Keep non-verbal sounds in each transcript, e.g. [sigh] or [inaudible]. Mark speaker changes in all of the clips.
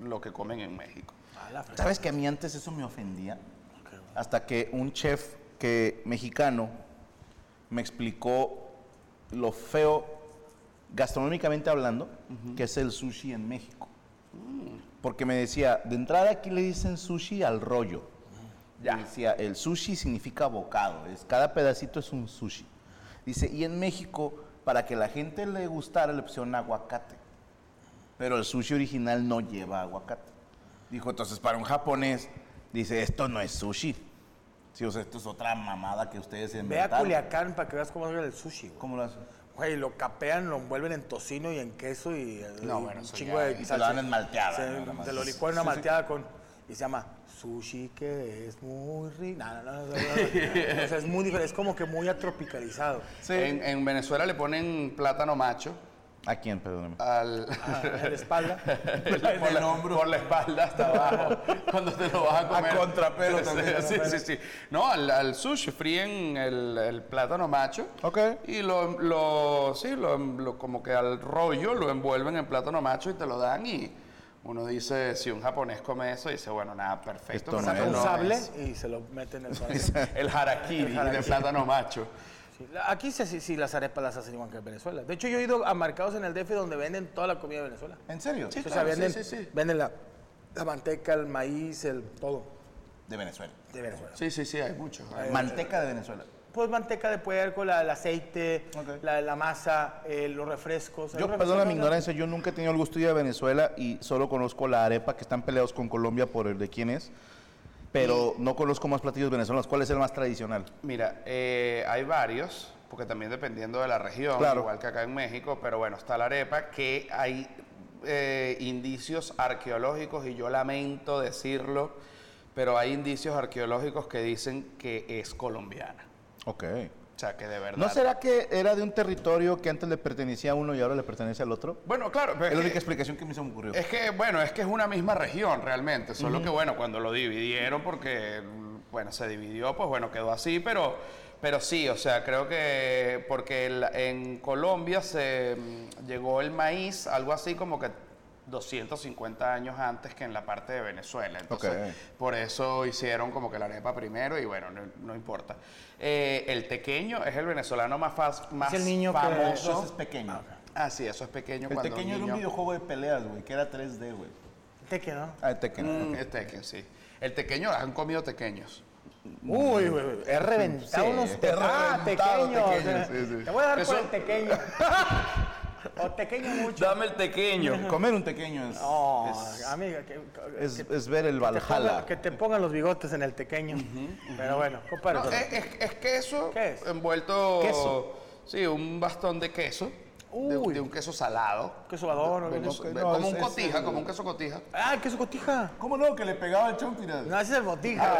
Speaker 1: lo que comen en México.
Speaker 2: ¿Sabes que a mí antes eso me ofendía? Hasta que un chef que, mexicano me explicó lo feo, gastronómicamente hablando, que es el sushi en México. Porque me decía, de entrada aquí le dicen sushi al rollo.
Speaker 1: Ya.
Speaker 2: Y Decía, el sushi significa bocado, es, cada pedacito es un sushi. Dice, y en México, para que la gente le gustara, le pusieron aguacate. Pero el sushi original no lleva aguacate. Dijo, entonces para un japonés, dice, esto no es sushi. Sí, o sea, esto es otra mamada que ustedes
Speaker 3: Ve a
Speaker 2: inventaron.
Speaker 3: Culiacán para que veas cómo es el sushi. güey.
Speaker 2: ¿Cómo lo hacen?
Speaker 3: Güey, lo capean, lo envuelven en tocino y en queso y, eh,
Speaker 1: No,
Speaker 3: y
Speaker 1: bueno, eso ya- y
Speaker 2: se
Speaker 3: salsa.
Speaker 2: lo dan en malteada,
Speaker 3: Se,
Speaker 2: ¿no? Nada más.
Speaker 3: se lo licuan en
Speaker 2: Sí,
Speaker 3: una
Speaker 2: sí.
Speaker 3: malteada con... Y se llama sushi que es muy rico. No, no, no, no, no, no. O sea, es muy diferente, es como que muy atropicalizado.
Speaker 1: En, en Venezuela le ponen plátano macho
Speaker 2: ¿A quién? Perdóname.
Speaker 1: al...
Speaker 3: Ah, en la espalda.
Speaker 1: [laughs] por, la, por la- por la espalda hasta abajo, [laughs] cuando te lo vas a comer.
Speaker 2: contrapelo también.
Speaker 1: [laughs] Sí, sí, sí. No, al, al sushi fríen el, el plátano macho.
Speaker 2: Ok.
Speaker 1: Y lo, lo sí, lo, lo- como que al rollo lo envuelven en plátano macho y te lo dan y uno dice, si un japonés come eso, dice, bueno, nada, perfecto.
Speaker 2: Esto no
Speaker 1: pero
Speaker 3: Saca
Speaker 2: es.
Speaker 3: un
Speaker 1: no
Speaker 3: sable
Speaker 1: es.
Speaker 3: y se lo meten en el corazón.
Speaker 1: [laughs] El harakiri de plátano macho.
Speaker 3: Sí, la- Aquí sí, sí, sí, las arepas las hacen igual que en Venezuela. De hecho, yo he ido a mercados en el DF donde venden toda la comida de Venezuela.
Speaker 2: ¿En serio?
Speaker 1: Sí.
Speaker 3: o sea,
Speaker 1: claro,
Speaker 3: venden,
Speaker 1: sí, sí, sí.
Speaker 3: venden la, la manteca, el maíz, el todo
Speaker 2: De Venezuela.
Speaker 3: de Venezuela.
Speaker 1: Sí, sí, sí, hay muchos. hay
Speaker 2: Manteca de Venezuela.
Speaker 3: Pues manteca de puerco, la- el aceite,
Speaker 2: Ok.
Speaker 3: la, la masa, eh, los refrescos.
Speaker 2: Yo,
Speaker 3: Los refrescos
Speaker 2: perdona mi
Speaker 3: no-
Speaker 2: ignorancia, yo nunca he tenido el gusto de ir a Venezuela y solo conozco la arepa que están peleados con Colombia por el de quién es, pero no conozco más platillos venezolanos. ¿Cuál es el más tradicional?
Speaker 1: Mira, eh, hay varios, porque también dependiendo de la región,
Speaker 2: Claro.
Speaker 1: igual que acá en México, pero bueno, está la arepa, que hay eh, indicios arqueológicos, y yo lamento decirlo, pero hay indicios arqueológicos que dicen que es colombiana.
Speaker 2: Ok.
Speaker 1: O sea, que de verdad.
Speaker 2: ¿No será que era de un territorio que antes le pertenecía a uno y ahora le pertenece al otro?
Speaker 1: Bueno, claro, pero
Speaker 2: Es la
Speaker 1: es
Speaker 2: única
Speaker 1: que,
Speaker 2: explicación que me se me ocurrió.
Speaker 1: es que, bueno, es que es una misma región realmente, solo que, bueno, cuando lo dividieron, porque, mm, bueno, se dividió, pues bueno, quedó así, pero, pero sí, o sea, creo que, porque el- en Colombia se mm, llegó el maíz, algo así como que 250 años antes que en la parte de Venezuela. Entonces, por eso hicieron como que la arepa primero y bueno, no, no importa. Eh, el tequeño es el venezolano más, fas- más
Speaker 3: el niño que-
Speaker 1: famoso.
Speaker 2: es pequeño.
Speaker 1: Ah, sí, eso es pequeño
Speaker 2: El
Speaker 1: cuando un
Speaker 2: pequeño era un
Speaker 1: niño-
Speaker 2: videojuego de peleas, güey, que era 3D, güey.
Speaker 3: Teque, ¿no?
Speaker 2: Ah, el Tekken.
Speaker 1: Mm, el tequen, sí. El tequeño, han comido tequeños.
Speaker 3: Uy, güey, güey, he reventado
Speaker 2: Sí,
Speaker 3: unos
Speaker 2: he
Speaker 3: te ah,
Speaker 2: reventado
Speaker 3: tequeños.
Speaker 2: tequeños,
Speaker 3: eh.
Speaker 2: sí, sí.
Speaker 3: Te voy a dar
Speaker 1: Eso-
Speaker 3: por el [laughs] tequeño. o tequeño mucho.
Speaker 1: Dame el tequeño.
Speaker 2: Comer un pequeño es,
Speaker 3: No,
Speaker 2: es-
Speaker 3: amiga, que, que-
Speaker 2: es- es ver el
Speaker 3: te ponga-
Speaker 2: Valhalla.
Speaker 3: que te pongan los bigotes en el tequeño. Pero bueno, compadre.
Speaker 1: No, es, es- es queso
Speaker 3: ¿Qué es?
Speaker 1: envuelto.
Speaker 2: Queso.
Speaker 1: Sí, un bastón de queso. De, un-
Speaker 3: Uy.
Speaker 1: de un queso salado.
Speaker 3: queso badón.
Speaker 1: Venez-
Speaker 3: algo.
Speaker 2: ok,
Speaker 1: de-
Speaker 2: no,
Speaker 1: como
Speaker 2: es-
Speaker 1: un
Speaker 2: es
Speaker 1: cotija,
Speaker 2: el-
Speaker 1: como un queso cotija.
Speaker 3: Ah, el queso cotija.
Speaker 2: ¿Cómo no? Que le pegaba el Ah, chontina.
Speaker 3: No, ese es el botija.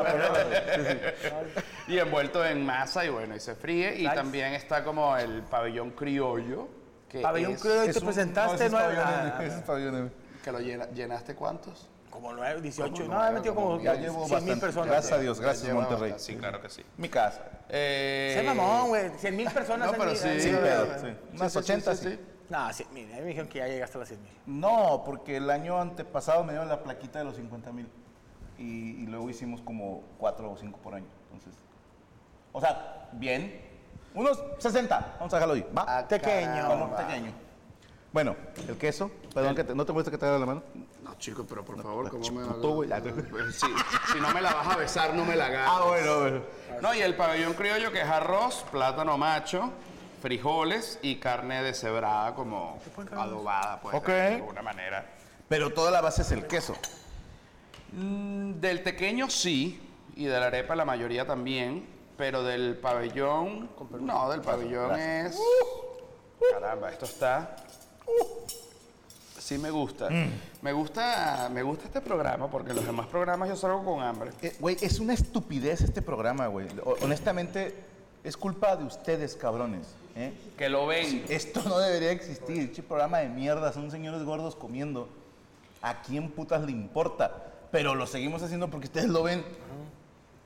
Speaker 1: Y envuelto en masa y bueno, y se fríe. Y
Speaker 3: Nice.
Speaker 1: también está como el pabellón criollo. Que
Speaker 3: Pabellón
Speaker 1: es-
Speaker 3: Criollo, ahí te
Speaker 2: un-
Speaker 3: presentaste
Speaker 2: no,
Speaker 3: nueve.
Speaker 2: ese es pabellón, [laughs]
Speaker 3: ah,
Speaker 2: ese es pabellón.
Speaker 1: Que lo llena- llenaste cuántos?
Speaker 3: Como nueve, dieciocho.
Speaker 1: Como
Speaker 3: No, he
Speaker 1: nueve,
Speaker 3: metido
Speaker 1: como
Speaker 3: como
Speaker 2: Ya llevo
Speaker 3: 100 mil
Speaker 2: bastante.
Speaker 3: personas.
Speaker 2: Gracias a Dios,
Speaker 1: Ya
Speaker 2: gracias
Speaker 1: lleva
Speaker 2: Monterrey.
Speaker 1: bastante, Sí, claro que sí.
Speaker 2: Mi casa.
Speaker 1: Eh,
Speaker 3: Se mamón, güey. Cien mil personas.
Speaker 1: No,
Speaker 3: en
Speaker 1: pero
Speaker 3: mi-
Speaker 1: sí.
Speaker 3: en mi-
Speaker 1: Sí,
Speaker 2: Sin
Speaker 1: pero-
Speaker 2: pedo, sí.
Speaker 1: sí,
Speaker 2: Unas
Speaker 1: sí,
Speaker 2: 80,
Speaker 1: sí, sí,
Speaker 2: sí.
Speaker 1: sí.
Speaker 3: No, sí, mira, me dijeron que ya llegaste a las cien mil.
Speaker 2: No, porque el año antepasado me dieron la plaquita de los 50 mil. Y, y luego hicimos como 4 o 5 por año. Entonces. O sea, bien. Unos 60. Vamos a dejarlo ahí. ¿Va?
Speaker 1: Ah, Tequeño.
Speaker 2: Vamos, tequeño. Bueno, el queso. Perdón, que te- ¿no te molesta que te haga la mano?
Speaker 1: No, chico, pero por favor, ¿cómo me
Speaker 2: puto, güey, ya te-
Speaker 1: [laughs] si, Eh, si no me la vas a besar, no me la ganas.
Speaker 2: Ah, bueno, bueno.
Speaker 1: No, y el pabellón criollo que es arroz, plátano macho, frijoles y carne deshebrada como adobada, pues,
Speaker 2: Ok.
Speaker 1: de alguna manera.
Speaker 2: Pero toda la base es el queso.
Speaker 1: Mm, Del tequeño sí, y de la arepa la mayoría también, pero del pabellón, no, del pabellón es... Caramba, esto está... Sí me gusta.
Speaker 2: Mm.
Speaker 1: Me gusta me gusta este programa porque en los demás programas yo salgo con hambre.
Speaker 2: Eh, Güey, es una estupidez este programa, güey. O- Honestamente, es culpa de ustedes, cabrones. ¿eh?
Speaker 1: Que lo ven.
Speaker 2: Esto no debería existir. Che programa de mierda. Son señores gordos comiendo. ¿A quién putas le importa? Pero lo seguimos haciendo porque ustedes lo ven.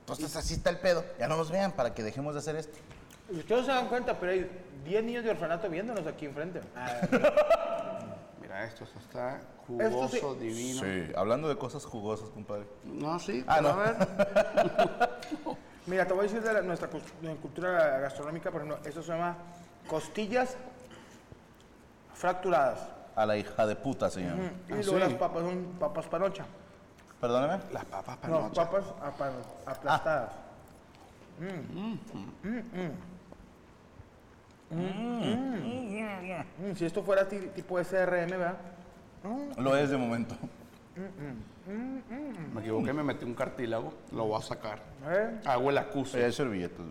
Speaker 2: Entonces así está el pedo. Ya no nos vean para que dejemos de hacer esto.
Speaker 3: Ah. Ustedes se dan cuenta, pero hay 10 niños de orfanato viéndonos aquí enfrente.
Speaker 1: mira esto, esto está
Speaker 3: sí.
Speaker 1: jugoso, divino.
Speaker 2: Sí, hablando de cosas jugosas, compadre.
Speaker 1: No, sí,
Speaker 2: Ah,
Speaker 1: pero
Speaker 2: no.
Speaker 1: a ver.
Speaker 3: Mira, te voy a decir de la- nuestra cus- de cultura gastronómica, por ejemplo, esto se llama costillas fracturadas.
Speaker 2: A la hija de puta, señor.
Speaker 3: Y luego las papas son papas panocha.
Speaker 2: Perdóname.
Speaker 1: Las papas
Speaker 3: No,
Speaker 1: panocha.
Speaker 3: papas apa- aplastadas.
Speaker 2: Mm.
Speaker 3: Mm, si esto fuera ti- tipo SRM, ¿verdad?
Speaker 2: Lo es de momento.
Speaker 1: Me equivoqué, me metí un cartílago, lo voy a sacar.
Speaker 3: ¿Eh?
Speaker 1: Hago el acuso.
Speaker 2: Hay servilletas.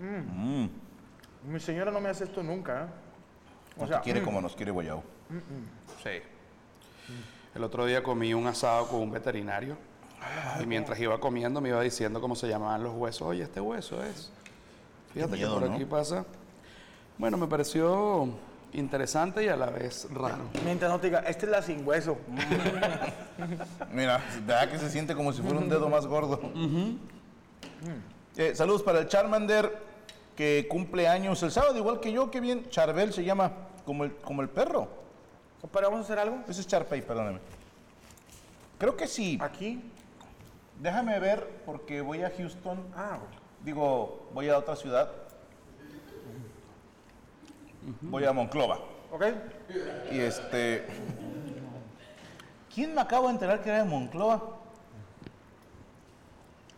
Speaker 2: güey.
Speaker 3: Mi señora no me hace esto nunca, ¿eh?
Speaker 2: Nos quiere como nos quiere Guayao.
Speaker 1: Sí. El otro día comí un asado con un veterinario. Y mientras iba comiendo me iba diciendo cómo se llamaban los huesos. Oye, este hueso es. Fíjate
Speaker 2: miedo,
Speaker 1: que por
Speaker 2: ¿no?
Speaker 1: aquí pasa. Bueno, me pareció interesante y a la vez raro.
Speaker 3: Mientras no te diga, esta es la sin hueso. Mm.
Speaker 2: Mira, da que se siente como si fuera un dedo más gordo. Eh, saludos para el Charmander, que cumple años el sábado, igual que yo, qué bien. Charbel se llama, como el, como el perro.
Speaker 3: Compadre, vamos a hacer algo
Speaker 2: Ese es Charpey, perdóname. Creo que sí.
Speaker 3: aquí.
Speaker 2: Déjame ver, porque voy a Houston.
Speaker 3: Ah,
Speaker 2: Digo, voy a otra ciudad. Voy a Monclova.
Speaker 3: ok.
Speaker 2: Y este. ¿Quién me acabo de enterar que era de Monclova?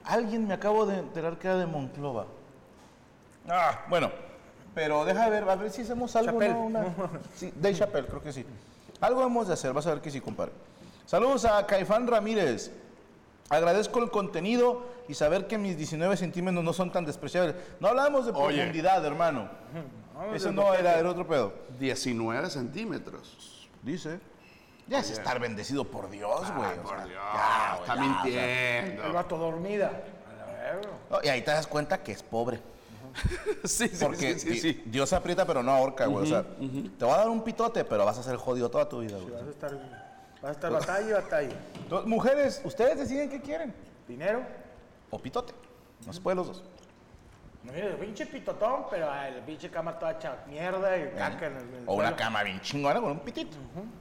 Speaker 2: Alguien me acabo de enterar que era de Monclova. Ah, bueno. Pero deja de ver, a ver si hacemos algo.
Speaker 3: Chapel.
Speaker 2: ¿no? [laughs] Una- sí, de Chapel, creo que sí. Algo hemos de hacer, vas a ver que sí, compadre. Saludos a Caifán Ramírez. Agradezco el contenido y saber que mis 19 centímetros no son tan despreciables. No hablamos de
Speaker 1: Oye.
Speaker 2: profundidad, hermano. Eso [laughs] no era, era otro pedo.
Speaker 1: 19 centímetros.
Speaker 2: Dice. Ya es estar bendecido por Dios, güey. o sea,
Speaker 1: Por Dios,
Speaker 2: ya, güey,
Speaker 1: está
Speaker 2: ya,
Speaker 3: El
Speaker 1: mintiendo. [laughs]
Speaker 3: vato dormida. A la verga.
Speaker 2: o sea. No, y ahí te das cuenta que es pobre.
Speaker 1: Sí, sí,
Speaker 2: Porque
Speaker 1: sí, sí,
Speaker 2: di-
Speaker 1: sí.
Speaker 2: Dios aprieta, pero no ahorca, güey. o sea, te va a dar un pitote, pero vas a ser jodido toda tu vida, güey.
Speaker 3: Vas a estar, vas a estar batalla y batalla.
Speaker 2: Entonces, mujeres, ustedes deciden qué quieren.
Speaker 3: Dinero.
Speaker 2: O pitote. No se puede los dos.
Speaker 3: Mira, el pinche pitotón, pero ay, la pinche cama toda hecha mierda y caca en el, en el
Speaker 2: Eh, O una
Speaker 3: suelo.
Speaker 2: cama bien chingona con un pitito.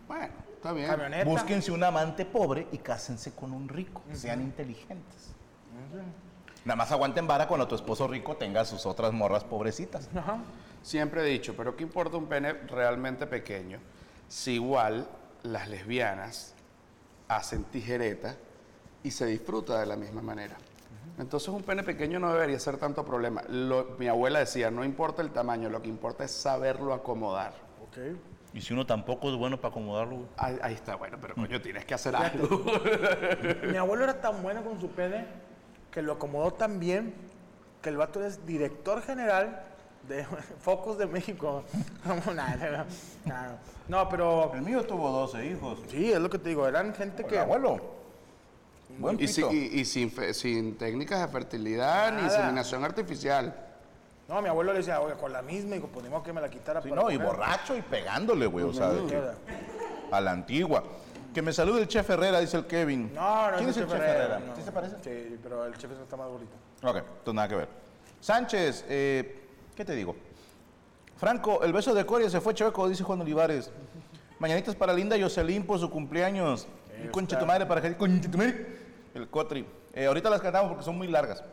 Speaker 1: Bueno, está bien.
Speaker 3: camioneta.
Speaker 2: Búsquense un amante pobre y cásense con un rico. Sean inteligentes. Nada más aguanten vara cuando tu esposo rico tenga sus otras morras pobrecitas.
Speaker 3: Ajá.
Speaker 1: Siempre he dicho, pero ¿qué importa un pene realmente pequeño si igual las lesbianas hacen tijereta y se disfruta de la misma manera? Entonces un pene pequeño no debería ser tanto problema. Lo- mi abuela decía, no importa el tamaño, lo que importa es saberlo acomodar.
Speaker 3: Ok.
Speaker 2: Y si uno tampoco es bueno para acomodarlo, güey.
Speaker 1: Ahí, ahí está, bueno, pero coño, tienes que hacer algo.
Speaker 3: Mi abuelo era tan bueno con su pene que lo acomodó tan bien que el vato es director general de [laughs] Focos de México. [laughs] No, nada, nada, nada. no, pero
Speaker 2: El mío tuvo 12 hijos.
Speaker 3: sí, es lo que te digo. Eran gente
Speaker 2: ¿Qué?
Speaker 3: que...
Speaker 2: Abuelo. Buen
Speaker 1: y,
Speaker 2: pito.
Speaker 1: sin, y- y sin fe- sin técnicas de fertilidad ni
Speaker 3: Nada.
Speaker 1: inseminación artificial.
Speaker 3: No, mi abuelo le decía, oye, con la misma. Y pues ni modo que me la quitara
Speaker 2: Sí,
Speaker 3: para
Speaker 2: no, y
Speaker 3: coger.
Speaker 2: borracho y pegándole, güey. O sea, de que-
Speaker 3: Mierda.
Speaker 2: a la antigua. Que me salude el chef Herrera, dice el Kevin.
Speaker 3: No, no
Speaker 2: ¿Quién es el chef Herrera?
Speaker 3: no.
Speaker 2: ¿Sí se parece?
Speaker 3: Sí, pero el chef está más bonito.
Speaker 2: Ok, entonces nada que ver. Sánchez, eh, ¿qué te digo? Franco, el beso de Coria se fue chueco, dice Juan Olivares. Mañanitas para Linda Jocelyn por su cumpleaños. Y concha tu madre para Jalisco. Concha tu madre. El Cotri. Eh, ahorita las cantamos porque son muy largas.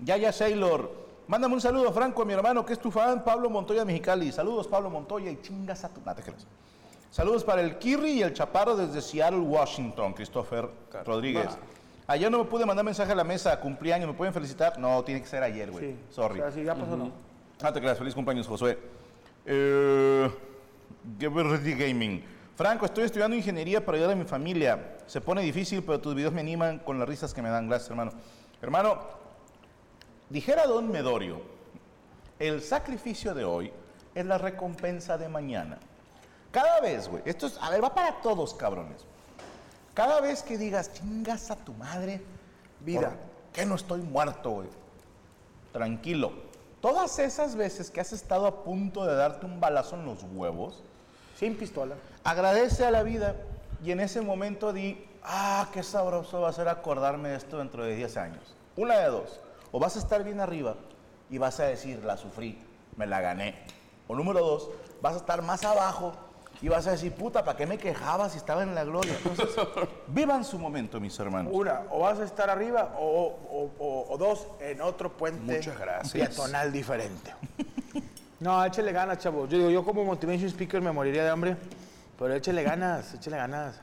Speaker 2: Yaya Sailor. Mándame un saludo, Franco, a mi hermano, que es tu fan, Pablo Montoya de Mexicali. Saludos, Pablo Montoya, y chingas a tu... No, te creas. Saludos para el Kirri y el Chaparro desde Seattle, Washington, Christopher Rodríguez.
Speaker 3: Ah.
Speaker 2: Ayer no me pude mandar mensaje a la mesa, cumpleaños, ¿me pueden felicitar? No, tiene que ser ayer, güey.
Speaker 3: Sí.
Speaker 2: Sorry.
Speaker 3: O sea, si ya pasó, no.
Speaker 2: Ah, te creas, feliz cumpleaños, Josué. Eh, Gabriel Gaming. Franco, estoy estudiando ingeniería para ayudar a mi familia. Se pone difícil, pero tus videos me animan con las risas que me dan. Gracias, hermano. Hermano, dijera Don Medorio, el sacrificio de hoy es la recompensa de mañana. Cada vez, güey, esto es, a ver, va para todos, cabrones. Cada vez que digas, chingas a tu madre, vida, que no estoy muerto, güey. Tranquilo. Todas esas veces que has estado a punto de darte un balazo en los huevos,
Speaker 3: Sin pistola.
Speaker 2: agradece a la vida y en ese momento di, ah, qué sabroso va a ser acordarme de esto dentro de 10 años. Una de dos. O vas a estar bien arriba y vas a decir, la sufrí, me la gané. O número dos, vas a estar más abajo Y vas a decir, puta, ¿para qué me quejaba si estaba en la gloria? Entonces, [laughs] vivan su momento, mis hermanos.
Speaker 3: Una, o vas a estar arriba o, o- o- o dos en otro puente
Speaker 1: Muchas gracias.
Speaker 3: peatonal diferente. [laughs] no, échale ganas, chavos. Yo digo, yo como motivation speaker me moriría de hambre, pero échale ganas, échale ganas.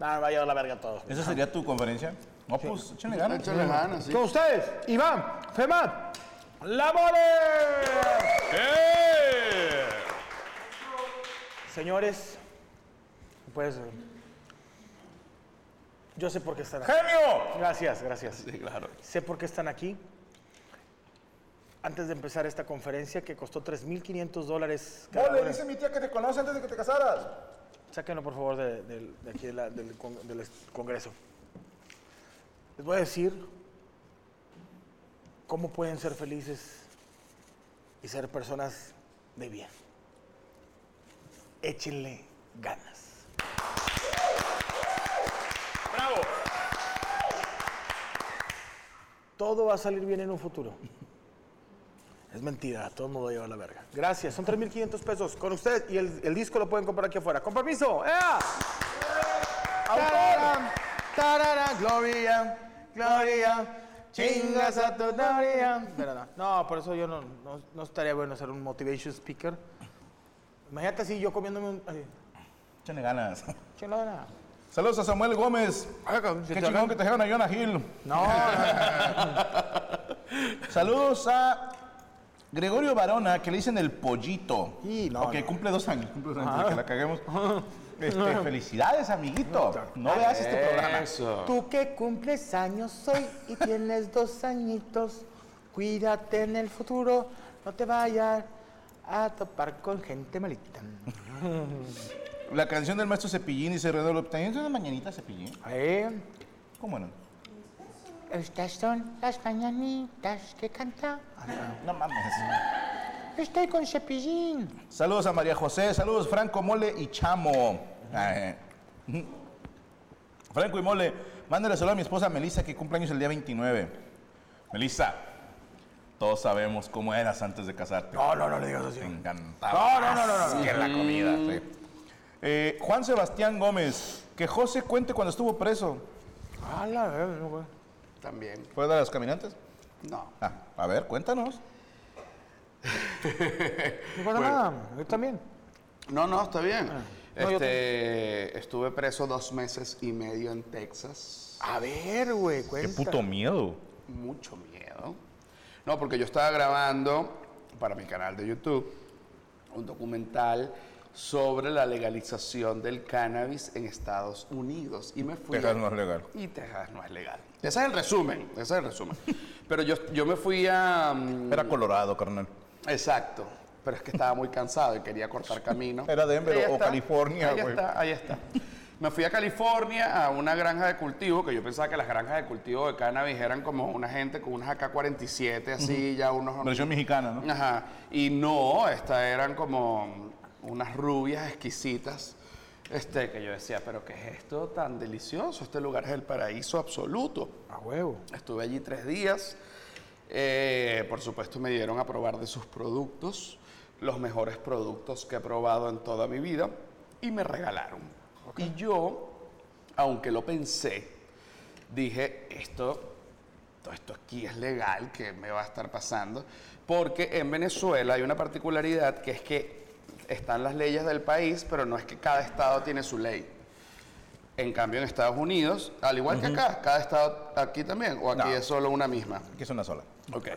Speaker 3: Nada, Ah, va a llevar la verga todo.
Speaker 2: ¿Esa sería tu conferencia? No, pues, échenle ganas.
Speaker 1: Échale ganas, sí.
Speaker 3: Con ustedes, Iván, Femad, Labores.
Speaker 1: ¡Eh!
Speaker 3: Señores, pues yo sé por qué están aquí.
Speaker 2: ¡Genio!
Speaker 3: Gracias, gracias.
Speaker 1: Sí, claro.
Speaker 3: Sé por qué están aquí. Antes de empezar esta conferencia que costó 3.500 dólares cada
Speaker 4: Ole,
Speaker 3: hora.
Speaker 4: dice mi tía que te conoce antes de que te casaras.
Speaker 3: Sáquenlo, por favor, de, del- de aquí de la- del, con- del est- Congreso. Les voy a decir cómo pueden ser felices y ser personas de bien. Échenle ganas.
Speaker 1: ¡Bravo!
Speaker 3: Todo va a salir bien en un futuro. Es mentira, todo el mundo lleva la verga. Gracias, son 3.500 pesos con ustedes y el, el disco lo pueden comprar aquí afuera. ¡Con permiso! ¡Ea!
Speaker 2: Tarara, tarara, gloria, gloria, chingas a tu gloria.
Speaker 3: Pero no, no, por eso yo no, no, no estaría bueno ser un motivation speaker. Imagínate así, yo comiéndome un. ay,
Speaker 2: Échenle ganas.
Speaker 3: chingada.
Speaker 2: Saludos a Samuel Gómez. Qué chingón que te dejaron a Jonah Hill.
Speaker 3: No,
Speaker 2: Saludos a Gregorio Barona, que le dicen el pollito.
Speaker 3: Y no,
Speaker 2: ok,
Speaker 3: no.
Speaker 2: cumple dos años, cumple dos años, de que la [laughs] caguemos. Este, felicidades, amiguito. No veas este programa.
Speaker 1: Eso.
Speaker 5: Tú que cumples años hoy y tienes dos añitos, cuídate en el futuro, no te vayas a topar con gente malita.
Speaker 2: La canción del maestro Cepillín dice René López. ¿Tenías una mañanita Cepillín?
Speaker 3: eh,
Speaker 2: ¿Cómo no?
Speaker 5: Estas son las mañanitas que canta.
Speaker 2: No mames.
Speaker 5: Estoy con Cepillín.
Speaker 2: Saludos a María José, saludos Franco Mole y Chamo. Ay. Franco y Mole, mándale saludos a mi esposa Melissa que cumple años el día 29. Melissa, todos sabemos cómo eras antes de casarte.
Speaker 3: no, no, no le digas así.
Speaker 2: Te encantaba. No, no, no, no. la comida, sí. Eh, Juan Sebastián Gómez, que José cuente cuando estuvo preso.
Speaker 3: Ah, la verga, no, güey.
Speaker 1: También.
Speaker 2: ¿Fue de las caminantes?
Speaker 1: No.
Speaker 2: Ah, a ver, cuéntanos.
Speaker 3: No pasa nada, yo también.
Speaker 1: No, no, está bien.
Speaker 2: Ah.
Speaker 3: No, yo
Speaker 1: este, estuve preso dos meses y medio en Texas.
Speaker 3: A ver, güey, cuenta.
Speaker 2: miedo.
Speaker 1: Mucho miedo. No, porque yo estaba grabando para mi canal de YouTube un documental sobre la legalización del cannabis en Estados Unidos. Y me fui.
Speaker 2: Texas
Speaker 1: a-
Speaker 2: no es legal.
Speaker 1: Y Texas no es legal. Ese es el resumen. Ese es el [laughs] resumen. Pero yo, yo me fui a. mm,
Speaker 2: Era Colorado, carnal.
Speaker 1: Exacto. Pero es que estaba muy cansado y quería cortar camino.
Speaker 2: Era Denver
Speaker 1: Ahí
Speaker 2: o
Speaker 1: está,
Speaker 2: California,
Speaker 1: Ahí
Speaker 2: güey.
Speaker 1: está, ahí está. Me fui a California a una granja de cultivo, que yo pensaba que las granjas de cultivo de cannabis eran como una gente con unas AK-47, así, ya unos...
Speaker 2: Versión mexicana, ¿no?
Speaker 1: Ajá. Y no, estas eran como unas rubias exquisitas. Este, que yo decía, pero ¿qué es esto tan delicioso? Este lugar es el paraíso absoluto.
Speaker 3: A huevo.
Speaker 1: Estuve allí tres días. Eh, por supuesto, me dieron a probar de sus productos, los mejores productos que he probado en toda mi vida, y me regalaron. Y yo, aunque lo pensé, dije, esto, todo esto aquí es legal, ¿qué me va a estar pasando? Porque en Venezuela hay una particularidad que es que están las leyes del país, pero no es que cada estado tiene su ley. En cambio, en Estados Unidos, al igual que acá, cada estado aquí también, o aquí
Speaker 2: No.
Speaker 1: es solo una misma.
Speaker 2: Aquí es una sola.
Speaker 1: Ok.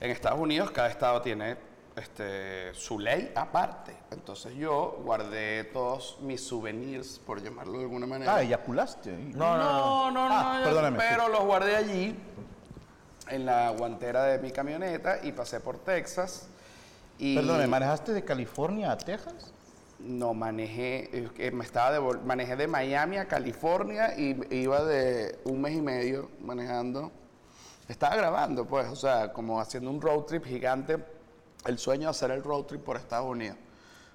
Speaker 1: En Estados Unidos, cada estado tiene este, su ley aparte. Entonces yo guardé todos mis souvenirs, por llamarlo de alguna manera.
Speaker 2: Ah, eyaculaste.
Speaker 1: No, no, no, no,
Speaker 2: Ah,
Speaker 1: yo-
Speaker 2: perdóname,
Speaker 1: Pero los guardé allí, en la guantera de mi camioneta, y pasé por Texas. Y
Speaker 2: Perdóname, ¿manejaste de California a Texas?
Speaker 1: No, manejé, eh, que me estaba de, vol- manejé de Miami a California y iba de un mes y medio manejando. Estaba grabando, pues, o sea, como haciendo un road trip gigante. El sueño de hacer el road trip por Estados Unidos.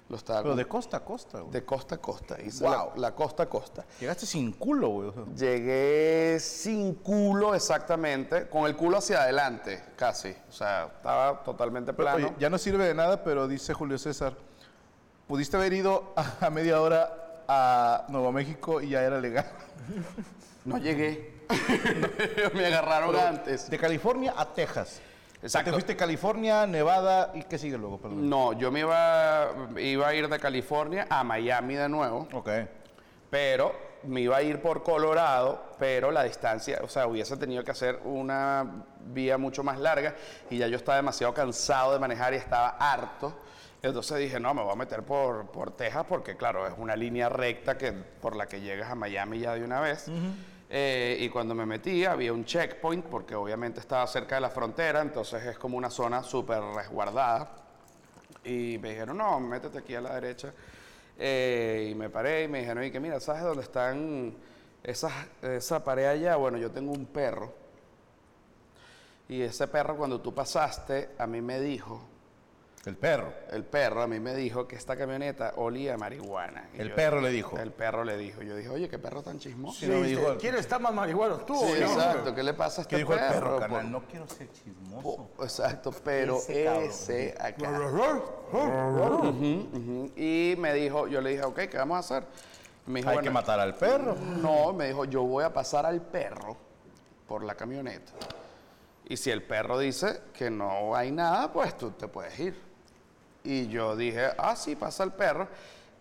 Speaker 1: Lo estaba
Speaker 2: Pero de costa a costa, güey.
Speaker 1: de costa a costa. Hice
Speaker 2: Wow.
Speaker 1: la, la costa a costa.
Speaker 2: Llegaste sin culo, güey. o sea.
Speaker 1: Llegué sin culo exactamente, con el culo hacia adelante, casi. O sea, estaba totalmente plano.
Speaker 2: Oye, ya no sirve de nada, pero dice Julio César, Pudiste haber ido a, a media hora a Nuevo México y ya era legal.
Speaker 1: No llegué. [laughs] me agarraron antes.
Speaker 2: De California a Texas.
Speaker 1: Exacto.
Speaker 2: Te fuiste a California, Nevada y qué sigue luego, perdón.
Speaker 1: No, yo me iba, iba a ir de California a Miami de nuevo,
Speaker 2: Ok.
Speaker 1: pero me iba a ir por Colorado, pero la distancia, o sea, hubiese tenido que hacer una vía mucho más larga y ya yo estaba demasiado cansado de manejar y estaba harto. Entonces dije, no, me voy a meter por, por Texas porque, claro, es una línea recta que, por la que llegas a Miami ya de una vez. Eh, y cuando me metí había un checkpoint porque obviamente estaba cerca de la frontera, entonces es como una zona súper resguardada. Y me dijeron, no, métete aquí a la derecha. Eh, y me paré y me dijeron, y que mira, ¿sabes dónde están esas, esa pared allá? Bueno, yo tengo un perro. Y ese perro cuando tú pasaste, a mí me dijo,
Speaker 2: El perro.
Speaker 1: el perro a mí me dijo que esta camioneta olía a marihuana. Y
Speaker 2: El perro le dijo.
Speaker 1: El perro le dijo. Yo dije, oye, qué perro tan chismoso.
Speaker 2: Sí, no me dijo el-
Speaker 3: ¿Quién está más marihuano? Tú.
Speaker 1: Sí,
Speaker 3: o yo?
Speaker 1: exacto, ¿qué le pasa a este
Speaker 2: ¿Qué dijo el perro,
Speaker 1: Por-
Speaker 2: carnal? No quiero ser chismoso.
Speaker 1: po- Exacto, pero
Speaker 2: Ese cabrón.
Speaker 1: ese acá. Ujú, ujú. Y me dijo, yo le dije, ok, ¿qué vamos a hacer? Me dijo,
Speaker 2: Hay
Speaker 1: bueno,
Speaker 2: que matar al perro.
Speaker 1: No, me dijo, yo voy a pasar al perro por la camioneta. Y si el perro dice que no hay nada, pues tú te puedes ir. Y yo dije, ah, sí, pasa el perro.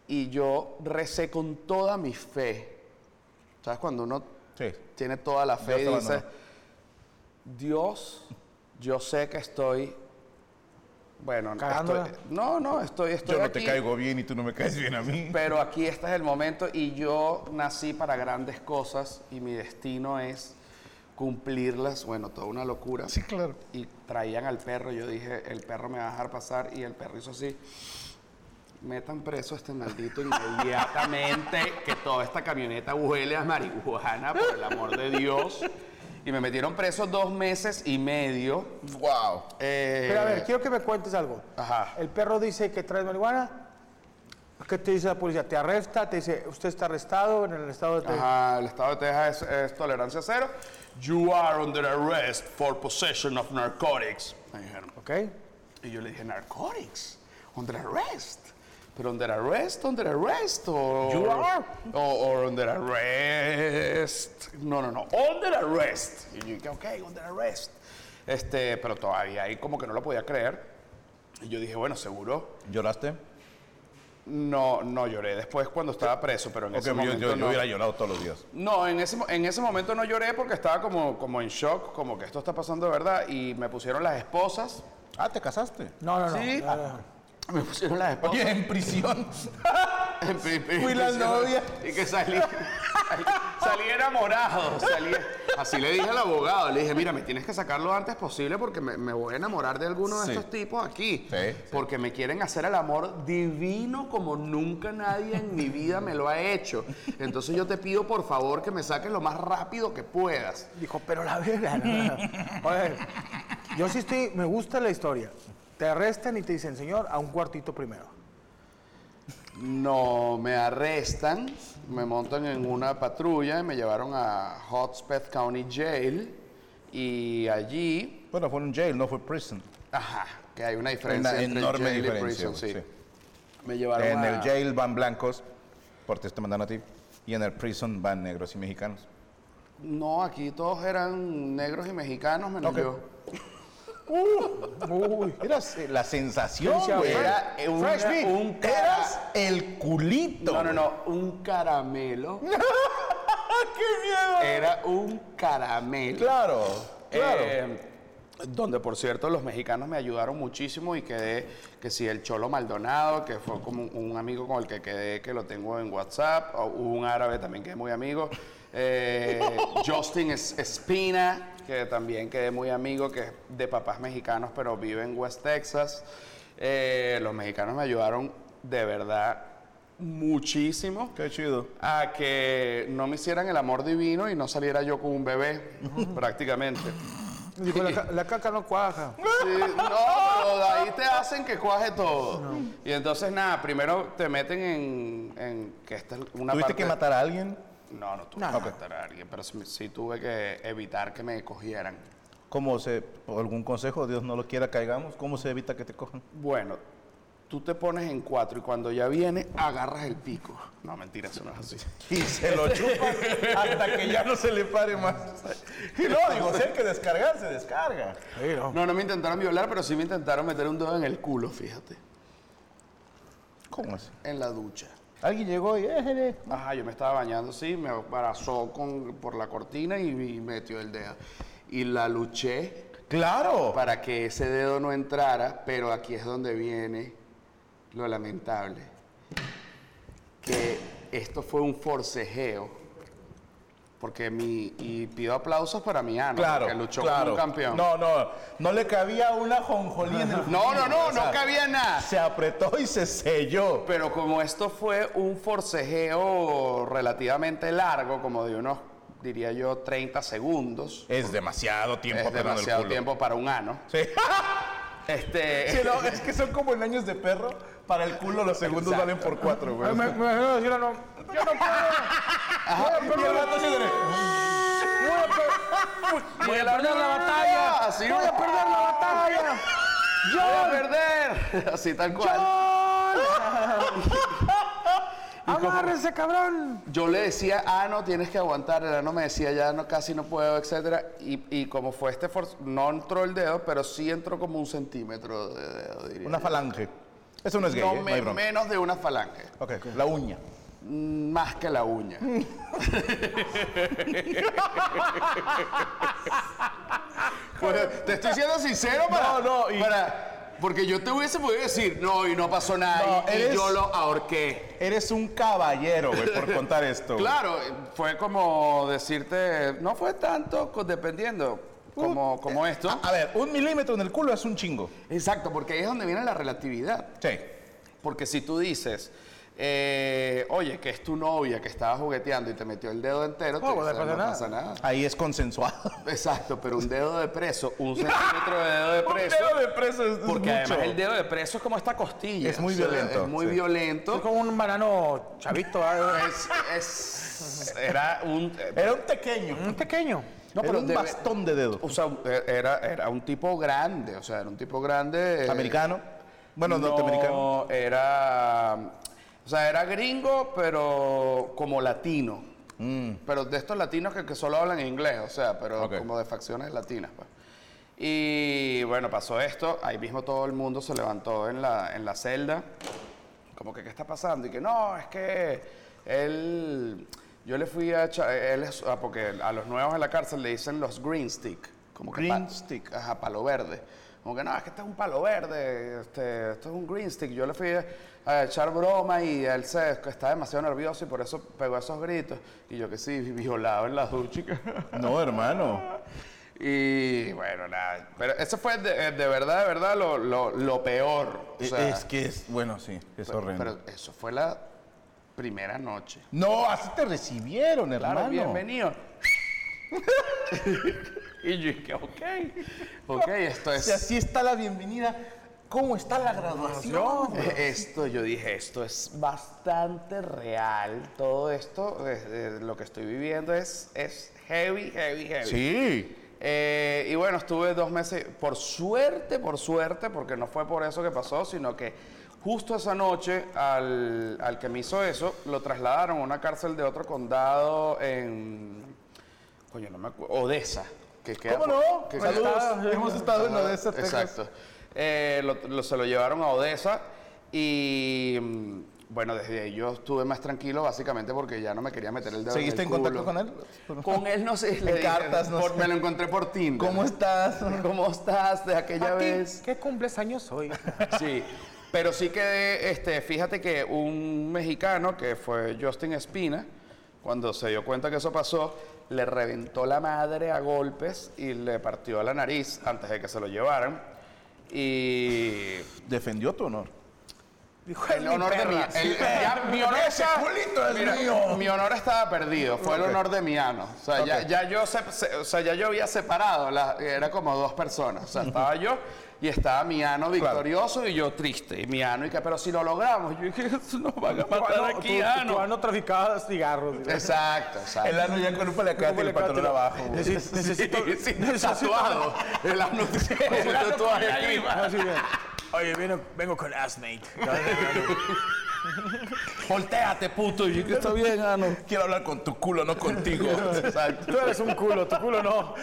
Speaker 1: Y yo recé con toda mi fe. ¿Sabes? Cuando uno
Speaker 2: Sí.
Speaker 1: tiene toda la fe
Speaker 2: Dios te
Speaker 1: y dice,
Speaker 2: abandonó.
Speaker 1: Dios, yo sé que estoy... Bueno,
Speaker 3: Cagándola.
Speaker 1: estoy- no, no, estoy, estoy
Speaker 2: Yo no
Speaker 1: aquí,
Speaker 2: te caigo bien y tú no me caes bien a mí.
Speaker 1: pero aquí este es el momento y yo nací para grandes cosas y mi destino es cumplirlas. Bueno, toda una locura.
Speaker 2: Sí, claro.
Speaker 1: Y traían al perro. Yo dije, el perro me va a dejar pasar y el perro hizo así. Metan preso a este maldito inmediatamente,
Speaker 3: [laughs]
Speaker 1: que toda esta camioneta huele a marihuana, por el amor de Dios. Y me metieron preso dos meses y medio.
Speaker 2: Wow.
Speaker 1: Eh,
Speaker 3: Pero a ver, quiero que me cuentes algo.
Speaker 1: Ajá.
Speaker 3: El perro dice que traes marihuana. ¿Qué te dice la policía? ¿Te arresta? ¿Te dice, usted está arrestado en el estado de...
Speaker 1: Ajá, el estado de Texas es, es tolerancia cero. You are under arrest for possession of narcotics. Me dijeron.
Speaker 3: ¿Ok?
Speaker 1: Y yo le dije, narcotics, under arrest. Pero under arrest, under arrest, o...
Speaker 3: You are.
Speaker 1: O, or under arrest. No, no, no, under arrest. Y yo dije, ok, under arrest. Este, pero todavía ahí como que no lo podía creer. Y yo dije, bueno, seguro.
Speaker 2: ¿Lloraste?
Speaker 1: No, no lloré después cuando estaba preso, pero en
Speaker 2: Ok,
Speaker 1: ese
Speaker 2: yo,
Speaker 1: momento
Speaker 2: yo- yo
Speaker 1: no.
Speaker 2: hubiera llorado todos los días.
Speaker 1: No, en ese, mo- en ese momento no lloré porque estaba como, como en shock, como que esto está pasando de verdad. Y me pusieron las esposas.
Speaker 2: Ah, ¿te casaste?
Speaker 3: No, no, no.
Speaker 1: Sí.
Speaker 3: no, no, no.
Speaker 1: [laughs] Me pusieron las esposas.
Speaker 2: [laughs] Oye, en prisión.
Speaker 1: [laughs] En pri- pri-
Speaker 2: Fui la
Speaker 1: prisión.
Speaker 2: novia.
Speaker 1: [laughs] Y que salí, salí, salí enamorado. salí- así le dije al abogado. Le dije, mira, me tienes que sacar lo antes posible porque me, me voy a enamorar de alguno de
Speaker 2: Sí.
Speaker 1: estos tipos aquí.
Speaker 2: Sí, sí.
Speaker 1: Porque me quieren hacer el amor divino como nunca nadie en mi vida me lo ha hecho. Entonces yo te pido por favor que me saques lo más rápido que puedas.
Speaker 3: Dijo, pero la verga. no, [laughs] no. Oye, yo sí estoy, me gusta la historia. Te arrestan y te dicen, señor, a un cuartito primero.
Speaker 1: No, me arrestan, me montan en una patrulla y me llevaron a Hotspeth County Jail y allí
Speaker 2: [laughs] Bueno, fue un jail, no fue prison.
Speaker 1: Ajá, que hay una diferencia
Speaker 2: Una
Speaker 1: entre
Speaker 2: enorme
Speaker 1: jail
Speaker 2: diferencia.
Speaker 1: y prison, sí.
Speaker 2: güey, sí.
Speaker 1: Me llevaron
Speaker 2: En
Speaker 1: a-
Speaker 2: el jail van blancos, porque te mandan a ti. Y en el prison van negros y mexicanos.
Speaker 1: No, aquí todos eran negros y mexicanos, menos
Speaker 2: Ok.
Speaker 1: yo.
Speaker 3: Uy.
Speaker 2: Era se- la sensación,
Speaker 3: Fresh
Speaker 2: güey.
Speaker 3: out.
Speaker 2: Era eh, una-
Speaker 1: Fresh meat.
Speaker 2: un eras el culito.
Speaker 1: No, no,
Speaker 2: güey.
Speaker 1: no, un caramelo. ¡Qué
Speaker 2: ¡Ah,
Speaker 1: miedo! Era un caramelo.
Speaker 2: Claro, claro.
Speaker 1: Eh, donde, por cierto, los mexicanos me ayudaron muchísimo y quedé, que si el Cholo Maldonado, que fue como un, un amigo con el que quedé, que lo tengo en WhatsApp, o un árabe también que es muy amigo, eh, Justin Es- Espina, que también quedé muy amigo, que es de papás mexicanos, pero vive en West Texas. Eh, los mexicanos me ayudaron de verdad muchísimo
Speaker 2: Qué chido.
Speaker 1: a que no me hicieran el amor divino y no saliera yo con un bebé, prácticamente.
Speaker 3: Dijo, la, ca- la caca no cuaja.
Speaker 1: Sí, no, pero de ahí te hacen que cuaje todo. Y entonces, nada, primero te meten en, en que esta es una
Speaker 2: ¿Tuviste
Speaker 1: parte...
Speaker 2: que matar a alguien?
Speaker 1: No, no tuve
Speaker 3: No,
Speaker 1: que
Speaker 3: no.
Speaker 1: matar a alguien, pero sí, sí tuve que evitar que me cogieran.
Speaker 2: ¿Cómo se, algún consejo, Dios no lo quiera, caigamos? ¿Cómo se evita que te cojan?
Speaker 1: Bueno, tú te pones en cuatro y cuando ya viene, agarras el pico. No, mentira, eso no es así.
Speaker 2: Y se
Speaker 1: Este,
Speaker 2: lo chupa
Speaker 1: [laughs]
Speaker 2: hasta que ya no se le pare más. Y no, digo, sé que descargar se descarga.
Speaker 1: No, no me intentaron violar, pero sí me intentaron meter un dedo en el culo, fíjate.
Speaker 2: ¿Cómo así?
Speaker 1: En la ducha.
Speaker 2: Alguien llegó
Speaker 3: "Eh,
Speaker 2: y... "Éjele".
Speaker 1: Ajá, yo me estaba bañando, sí, me abrazó con, por la cortina y, y metió el dedo. Y la luché
Speaker 2: ¡Claro!
Speaker 1: para que ese dedo no entrara, pero aquí es donde viene lo lamentable. Que esto fue un forcejeo, porque mi... Y pido aplausos para mi ano,
Speaker 2: Claro,
Speaker 1: que luchó como
Speaker 2: claro.
Speaker 1: un campeón.
Speaker 2: No, no, no le cabía una jonjolí en el
Speaker 1: no, no, no,
Speaker 2: O sea,
Speaker 1: no cabía nada.
Speaker 2: Se apretó y se selló.
Speaker 1: Pero como esto fue un forcejeo relativamente largo, como de unos, diría yo, 30 segundos,
Speaker 2: Es demasiado tiempo
Speaker 1: es
Speaker 2: apretando el
Speaker 1: demasiado
Speaker 2: culo.
Speaker 1: tiempo para un ano.
Speaker 2: Sí.
Speaker 1: Este,
Speaker 2: [laughs] Sí, no, es que son como en años de perro. Para el culo los segundos valen por
Speaker 1: [laughs]
Speaker 2: cuatro, güey.
Speaker 3: Me, me imagino decirle, no, yo no puedo.
Speaker 2: Y el vato así de-
Speaker 3: Voy a, per- voy a perder la batalla.
Speaker 1: Así
Speaker 3: Voy a perder la [laughs] batalla.
Speaker 1: Voy a perder. [laughs] Así tal cual.
Speaker 3: [laughs] Amárrese, cabrón.
Speaker 1: Yo le decía, ah, no, tienes que aguantar. El ano me decía, ya no, casi no puedo, etcétera. Y, y como fue este force, no entró el dedo, pero sí entró como un centímetro de dedo, diría.
Speaker 2: Una
Speaker 1: yo.
Speaker 2: falange. Eso no es gay,
Speaker 1: No,
Speaker 2: ¿eh? no
Speaker 1: me-
Speaker 2: hay bronca.
Speaker 1: menos de una falange.
Speaker 2: Ok, la uña.
Speaker 1: Más que la
Speaker 2: [laughs]
Speaker 1: uña. Pues, te estoy siendo sincero para,
Speaker 2: No, no, y-
Speaker 1: para- Porque yo te hubiese podido decir, no, y no pasó nada,
Speaker 2: No,
Speaker 1: y, y
Speaker 2: eres-
Speaker 1: yo lo ahorqué.
Speaker 2: Eres un caballero, güey, [laughs] por contar esto. güey.
Speaker 1: Claro, fue como decirte, no fue tanto, co- dependiendo,
Speaker 2: Uh,
Speaker 1: como, como esto.
Speaker 2: A, a ver, un milímetro en el culo es un chingo.
Speaker 1: Exacto, porque ahí es donde viene la relatividad.
Speaker 2: Sí.
Speaker 1: Porque si tú dices, eh, oye, que es tu novia que estaba jugueteando y te metió el dedo entero, tú
Speaker 3: No, pues,
Speaker 1: dices,
Speaker 3: no pasa nada.
Speaker 1: nada.
Speaker 2: Ahí es consensuado. [laughs]
Speaker 1: Exacto, pero un dedo de preso, un centímetro de dedo de preso.
Speaker 2: de preso es, es
Speaker 1: Porque además
Speaker 2: mucho.
Speaker 1: el dedo de preso es como esta costilla.
Speaker 2: Es muy violento,
Speaker 1: Es muy
Speaker 2: sí.
Speaker 3: Soy
Speaker 1: violento.
Speaker 3: como un banano chavito, ah, ¿verdad?
Speaker 1: Es, es- era un. eh,
Speaker 2: Era un pequeño.
Speaker 3: un pequeño.
Speaker 1: No,
Speaker 2: Mm. Era
Speaker 1: pero
Speaker 2: un
Speaker 1: debe-
Speaker 2: bastón de dedo.
Speaker 1: o sea, era, era un tipo grande, o sea, era un tipo grande. eh,
Speaker 2: Americano. Bueno, norteamericano.
Speaker 1: No, era. O sea, era gringo, pero como latino.
Speaker 2: Mm,
Speaker 1: Pero de estos latinos que, que solo hablan inglés, o sea, pero
Speaker 2: Ok.
Speaker 1: como de facciones latinas, pues. Y bueno, pasó esto. Ahí mismo todo el mundo se levantó en la, en la celda. Como que, ¿qué está pasando? Y que no, es que él. Yo le fui a. echa- Él es- ah, porque a los nuevos en la cárcel le dicen los green stick. Como que
Speaker 2: Green
Speaker 1: pa-
Speaker 2: stick.
Speaker 1: Ajá, palo verde. Como que no, es que este es un palo verde, este, esto es un green stick. Yo le fui a, a echar broma y él se está demasiado nervioso y por eso pegó esos gritos. Y yo que sí, violado en la ducha. [laughs] y que-
Speaker 2: No, hermano.
Speaker 1: Y bueno, nada. Pero eso fue de, de verdad, de verdad, lo, lo- lo peor. O sea,
Speaker 2: E- es que es. Bueno, sí, es
Speaker 1: pero,
Speaker 2: horrendo.
Speaker 1: pero eso fue la primera noche.
Speaker 2: no, así te recibieron,
Speaker 1: Claro,
Speaker 2: hermano.
Speaker 1: bienvenido. [laughs] y yo dije, ok. Ok, esto
Speaker 2: Si
Speaker 1: es.
Speaker 2: así está la bienvenida, ¿cómo está la graduación?
Speaker 1: Esto, yo dije, esto es bastante real. Todo esto, eh, eh, lo que estoy viviendo es, es heavy, heavy, heavy.
Speaker 2: Sí.
Speaker 1: Eh, y bueno, estuve dos meses, por suerte, por suerte, porque no fue por eso que pasó, sino que justo esa noche al, al que me hizo eso, lo trasladaron a una cárcel de otro condado en... Coño, no me acuerdo. Odessa. Que queda
Speaker 2: ¿Cómo
Speaker 1: por-
Speaker 2: no?
Speaker 1: que queda-
Speaker 2: Saludos. Hemos estado en Odessa, Texas.
Speaker 1: Exacto. Eh, lo- lo- se lo llevaron a Odessa y mm, bueno, desde ahí yo estuve más tranquilo básicamente porque ya no me quería meter el dedo.
Speaker 2: ¿Seguiste
Speaker 1: el
Speaker 2: en contacto
Speaker 1: culo.
Speaker 2: con él?
Speaker 1: Con él no sé. le dije,
Speaker 2: cartas, no
Speaker 1: por-
Speaker 2: sé.
Speaker 1: Me lo encontré por Tinder.
Speaker 2: ¿Cómo estás?
Speaker 1: [laughs] ¿Cómo estás de aquella
Speaker 3: Mati,
Speaker 1: vez?
Speaker 3: ¿Qué cumples
Speaker 2: [laughs]
Speaker 3: años hoy?
Speaker 1: Sí. Pero sí quedé, este, fíjate que un mexicano que fue Justin Espina, cuando se dio cuenta que eso pasó, le reventó la madre a golpes y le partió la nariz antes de que se lo llevaran. Y
Speaker 2: Defendió tu honor.
Speaker 3: Dijo, es
Speaker 1: el
Speaker 3: mi
Speaker 1: honor de mi,
Speaker 3: perra.
Speaker 1: el- ya mi honor
Speaker 2: Ese
Speaker 1: estaba-
Speaker 2: culito es mío.
Speaker 1: Mi honor estaba perdido, fue el honor de mi ano. O sea, ya,
Speaker 2: Ok.
Speaker 1: ya yo se- se- o sea, ya yo había separado, la- era como dos personas. O sea, estaba yo y estaba mi ano victorioso y yo triste. Y mi ano, y que, pero si lo logramos, yo dije, [laughs] "Eso nos van a matar
Speaker 3: Bueno,
Speaker 1: aquí,
Speaker 2: ah,
Speaker 3: tú-
Speaker 1: ano".
Speaker 3: tú ano traficaba cigarros. digo.
Speaker 1: Exacto, exacto.
Speaker 2: El ano ya con un palacate y el pantalón abajo. güey.
Speaker 1: [laughs]
Speaker 3: Neces- Necesito,
Speaker 1: Sí, sí,
Speaker 3: necesito- [laughs]
Speaker 1: tatuado. El ano, el
Speaker 3: ano con
Speaker 1: tatuaje
Speaker 3: la
Speaker 1: aquí.
Speaker 2: [laughs]
Speaker 3: Ah, sí, bien. Oye, vino- vengo con Asmate.
Speaker 2: Voltéate, puto. Y yo, que está bien, ah, no. Quiero hablar con tu culo, no
Speaker 3: [laughs]
Speaker 2: contigo. Exacto.
Speaker 3: Tú eres un culo, tu culo
Speaker 2: [laughs]
Speaker 3: no.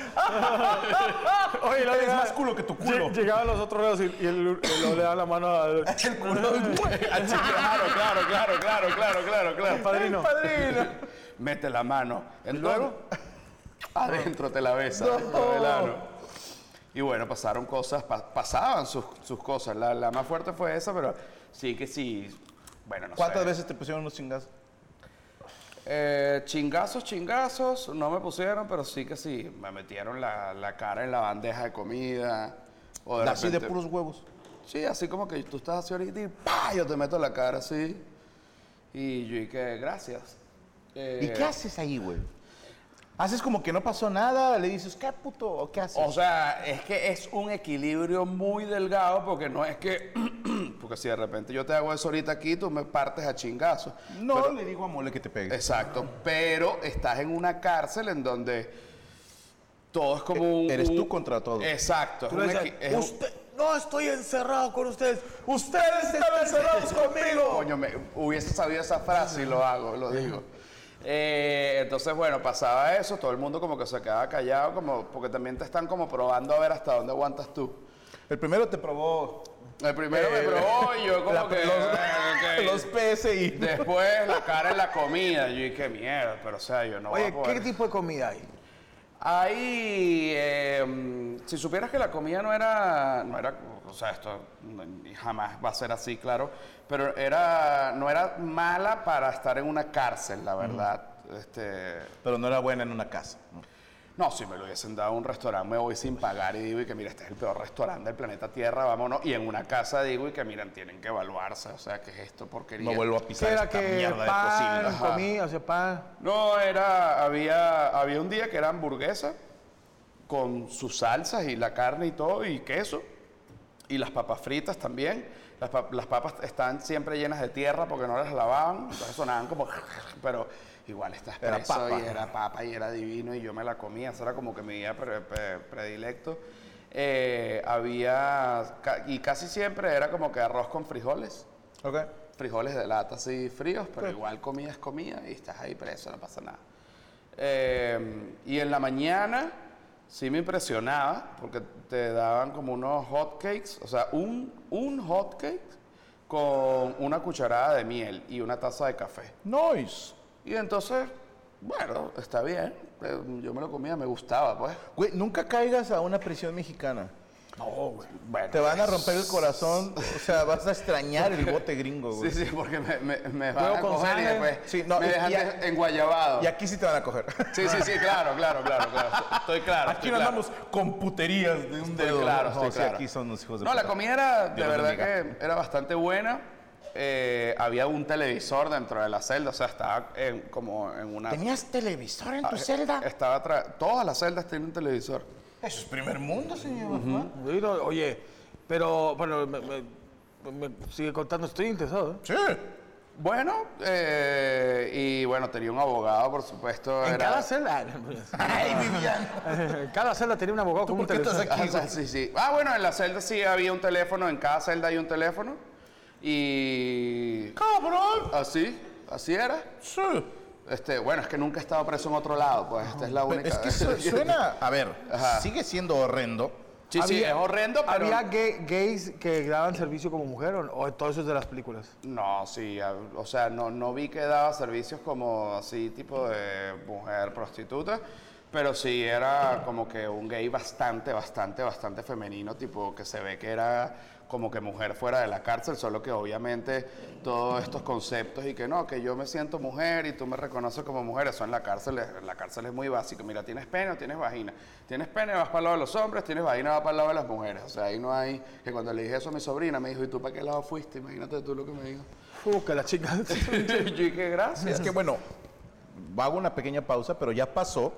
Speaker 3: Oye, la
Speaker 2: Eres
Speaker 3: llegaba-
Speaker 2: más culo que tu culo.
Speaker 3: Lle- Llegaban los otros reos y, y el, el- lo le da la mano al
Speaker 2: El culo del güey.
Speaker 1: Ah, sí, claro, claro, claro, claro, claro, claro, claro.
Speaker 3: padrino.
Speaker 1: [laughs] Mete la mano. Entonces,
Speaker 3: luego?
Speaker 1: Adentro te la besa. dentro del ano. Y bueno, pasaron cosas, pa- pasaban sus, sus cosas. La, la más fuerte fue esa, pero sí que sí. Bueno, no
Speaker 2: ¿Cuántas
Speaker 1: sé.
Speaker 2: veces te pusieron unos chingazos?
Speaker 1: Eh, chingazos, chingazos, no me pusieron, pero sí que sí, me metieron la, la cara en la bandeja de comida. O de
Speaker 2: Así de
Speaker 1: repente-
Speaker 2: puros huevos.
Speaker 1: Sí, así como que tú estás así ahorita y ¡pah! yo te meto la cara así. Y yo y que gracias.
Speaker 2: ¿Y
Speaker 1: Eh,
Speaker 2: qué haces ahí, güey? Haces como que no pasó nada, le dices, ¿qué puto? ¿O qué haces?
Speaker 1: O sea, es que es un equilibrio muy delgado porque no es que, [clears throat] porque si de repente yo te hago eso ahorita aquí, tú me partes a chingazos.
Speaker 2: no le digo a Mole que te pegue.
Speaker 1: Exacto, pero estás en una cárcel en donde todo es como un...
Speaker 2: E-, Eres
Speaker 1: un-
Speaker 2: tú contra todos.
Speaker 1: Exacto. es
Speaker 3: Tú
Speaker 1: un
Speaker 3: le decías,
Speaker 1: equi- es un-
Speaker 3: "Usted- no estoy encerrado con ustedes.
Speaker 1: [laughs]
Speaker 3: Ustedes están encerrados conmigo.
Speaker 1: Coño, me- hubiese sabido esa frase y lo hago, lo digo. Eh, entonces, bueno, pasaba eso, todo el mundo como que se quedaba callado, como, porque también te están como probando a ver hasta dónde aguantas tú.
Speaker 2: El primero te probó
Speaker 1: El primero
Speaker 2: Eh,
Speaker 1: me probó y yo como
Speaker 2: la-
Speaker 1: que...
Speaker 2: los-
Speaker 1: eh, ok.
Speaker 2: [laughs] los PSI.
Speaker 1: Después la cara en la comida, yo dije, qué mierda, pero o sea, yo no voy
Speaker 3: Oye,
Speaker 1: a poder.
Speaker 3: ¿qué tipo de comida hay?
Speaker 1: Ahí, eh, mm, si supieras que la comida no era, no era, o sea, esto no- jamás va a ser así, claro, pero era, no era mala para estar en una cárcel, la verdad. Este,
Speaker 2: pero no era buena en una casa.
Speaker 1: no, si me lo hubiesen dado a un restaurante, me voy sin pagar y digo, y que mira, este es el peor restaurante del planeta Tierra, vámonos. Y en una casa digo, y que miren, tienen que evaluarse, o sea, ¿qué es esto? Porquería.
Speaker 2: No vuelvo a
Speaker 3: ¿Qué
Speaker 2: pisar
Speaker 3: era
Speaker 2: esta
Speaker 3: que
Speaker 2: mierda de
Speaker 3: pan,
Speaker 2: cocina.
Speaker 3: comida, o sea, pan?
Speaker 1: No, era, había, había un día que era hamburguesa con sus salsas y la carne y todo y queso y las papas fritas también. Las, pa- las papas están siempre llenas de tierra porque no las lavaban, entonces sonaban como, [laughs] pero igual estás
Speaker 2: Era
Speaker 1: preso
Speaker 2: papa.
Speaker 1: y era papa y era divino y yo me la comía, eso era como que mi día pre- pre- predilecto. Eh, había, ca- y casi siempre era como que arroz con frijoles
Speaker 2: Ok.
Speaker 1: frijoles de lata así fríos, pero igual comida es comida y estás ahí preso, no pasa nada. Eh, y en la mañana sí me impresionaba porque te daban como unos hot cakes, o sea, un, un hot cake con una cucharada de miel y una taza de café.
Speaker 2: Nice.
Speaker 1: Y entonces, bueno, está bien, eh, yo me lo comía, me gustaba, pues.
Speaker 2: Güey, nunca caigas a una prisión mexicana.
Speaker 1: No, güey. Bueno,
Speaker 2: Te van a romper el corazón, o sea, vas a extrañar el bote gringo, güey.
Speaker 1: Sí, sí, porque me, me, me van
Speaker 3: Huevo
Speaker 1: a
Speaker 3: con
Speaker 1: coger y
Speaker 3: sangre.
Speaker 1: después
Speaker 2: Sí, no,
Speaker 1: me
Speaker 2: y-
Speaker 1: dejan
Speaker 2: y a-
Speaker 1: de- enguayabado.
Speaker 2: Y aquí sí te van a coger.
Speaker 1: Sí, sí, sí, claro, claro, claro, claro. Estoy claro.
Speaker 2: [laughs] Aquí
Speaker 1: estoy
Speaker 2: no
Speaker 1: claro.
Speaker 2: andamos con puterías de un
Speaker 1: Estoy
Speaker 2: dedo.
Speaker 1: claro,
Speaker 2: no,
Speaker 1: estoy
Speaker 2: sí,
Speaker 1: claro.
Speaker 2: aquí son los hijos de
Speaker 1: No, la
Speaker 2: puta.
Speaker 1: comida de
Speaker 2: Dios los
Speaker 1: verdad
Speaker 2: bendiga.
Speaker 1: que era bastante buena. Eh, había un televisor dentro de la celda, o sea, estaba en- como en una...
Speaker 5: ¿Tenías televisor en tu
Speaker 1: eh,
Speaker 5: celda?
Speaker 1: Estaba tra- Todas las celdas tienen un televisor.
Speaker 2: Eso es primer mundo, señor. ¿no?
Speaker 3: Oye, no, Oye, pero, bueno, me, me- me sigue contando, estoy interesado. ¿eh?
Speaker 2: Sí.
Speaker 1: Bueno, eh, y bueno, tenía un abogado, por supuesto.
Speaker 3: En
Speaker 1: era- [laughs]
Speaker 3: cada celda.
Speaker 2: [laughs] Ay, Vivian.
Speaker 3: En [laughs] cada celda tenía un abogado
Speaker 2: ¿Tú
Speaker 3: con un
Speaker 2: por qué estás
Speaker 3: teléfono.
Speaker 2: aquí?
Speaker 1: Ah, o sea, sí, sí. Ah, bueno, en la celda sí había un teléfono, en cada celda hay un teléfono. Y...
Speaker 2: ¡Cabrón!
Speaker 1: Así, así era.
Speaker 2: Sí.
Speaker 1: Este, bueno, es que nunca he estado preso en otro lado, pues esta es la
Speaker 2: Pero
Speaker 1: única.
Speaker 2: es [laughs] que su- suena. A ver,
Speaker 1: Ajá.
Speaker 2: sigue siendo horrendo.
Speaker 1: [laughs] Sí, sí,
Speaker 3: Había-
Speaker 1: es horrendo, pero.
Speaker 3: ¿Había gay- gays que daban servicio como mujer o, o todo eso es de las películas?
Speaker 1: No, sí, a- o sea, no, no vi que daba servicios como así, tipo de mujer prostituta, pero sí era como que un gay bastante, bastante, bastante femenino, tipo que se ve que era como que mujer fuera de la cárcel, solo que obviamente todos estos conceptos y que no, que yo me siento mujer y tú me reconoces como mujer, eso en la cárcel, es- en la cárcel es muy básico, mira, tienes pene o tienes vagina, tienes pene vas para el lado de los hombres, tienes vagina vas para el lado de las mujeres, o sea, ahí no hay, que cuando le dije eso a mi sobrina me dijo, ¿y tú para qué lado fuiste? Imagínate tú lo que me dijo. [laughs]
Speaker 3: Uh, que la chica. [laughs]
Speaker 1: Yo dije, gracias.
Speaker 2: Es que bueno, hago una pequeña pausa, pero ya pasó,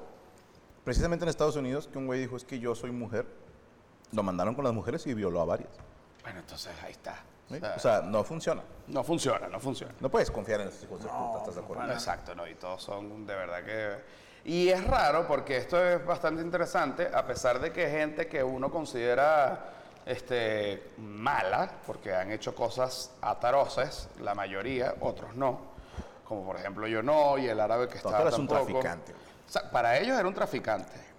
Speaker 2: precisamente en Estados Unidos, que un güey dijo, es que yo soy mujer. Lo mandaron con las mujeres y violó a varias.
Speaker 1: Bueno, entonces ahí está.
Speaker 2: ¿sí?
Speaker 1: O sea,
Speaker 2: O sea, no funciona.
Speaker 1: no funciona, no funciona.
Speaker 2: No puedes confiar en esos hijos de puta, ¿estás de acuerdo?
Speaker 1: Exacto, no, y todos son de verdad que... Y es raro porque esto es bastante interesante, a pesar de que gente que uno considera este, mala, porque han hecho cosas atroces, la mayoría, otros no. Como por ejemplo yo no, y el árabe que
Speaker 2: Tú
Speaker 1: estaba
Speaker 2: eras un
Speaker 1: tampoco.
Speaker 2: traficante, güey.
Speaker 1: O sea, para ellos era un traficante.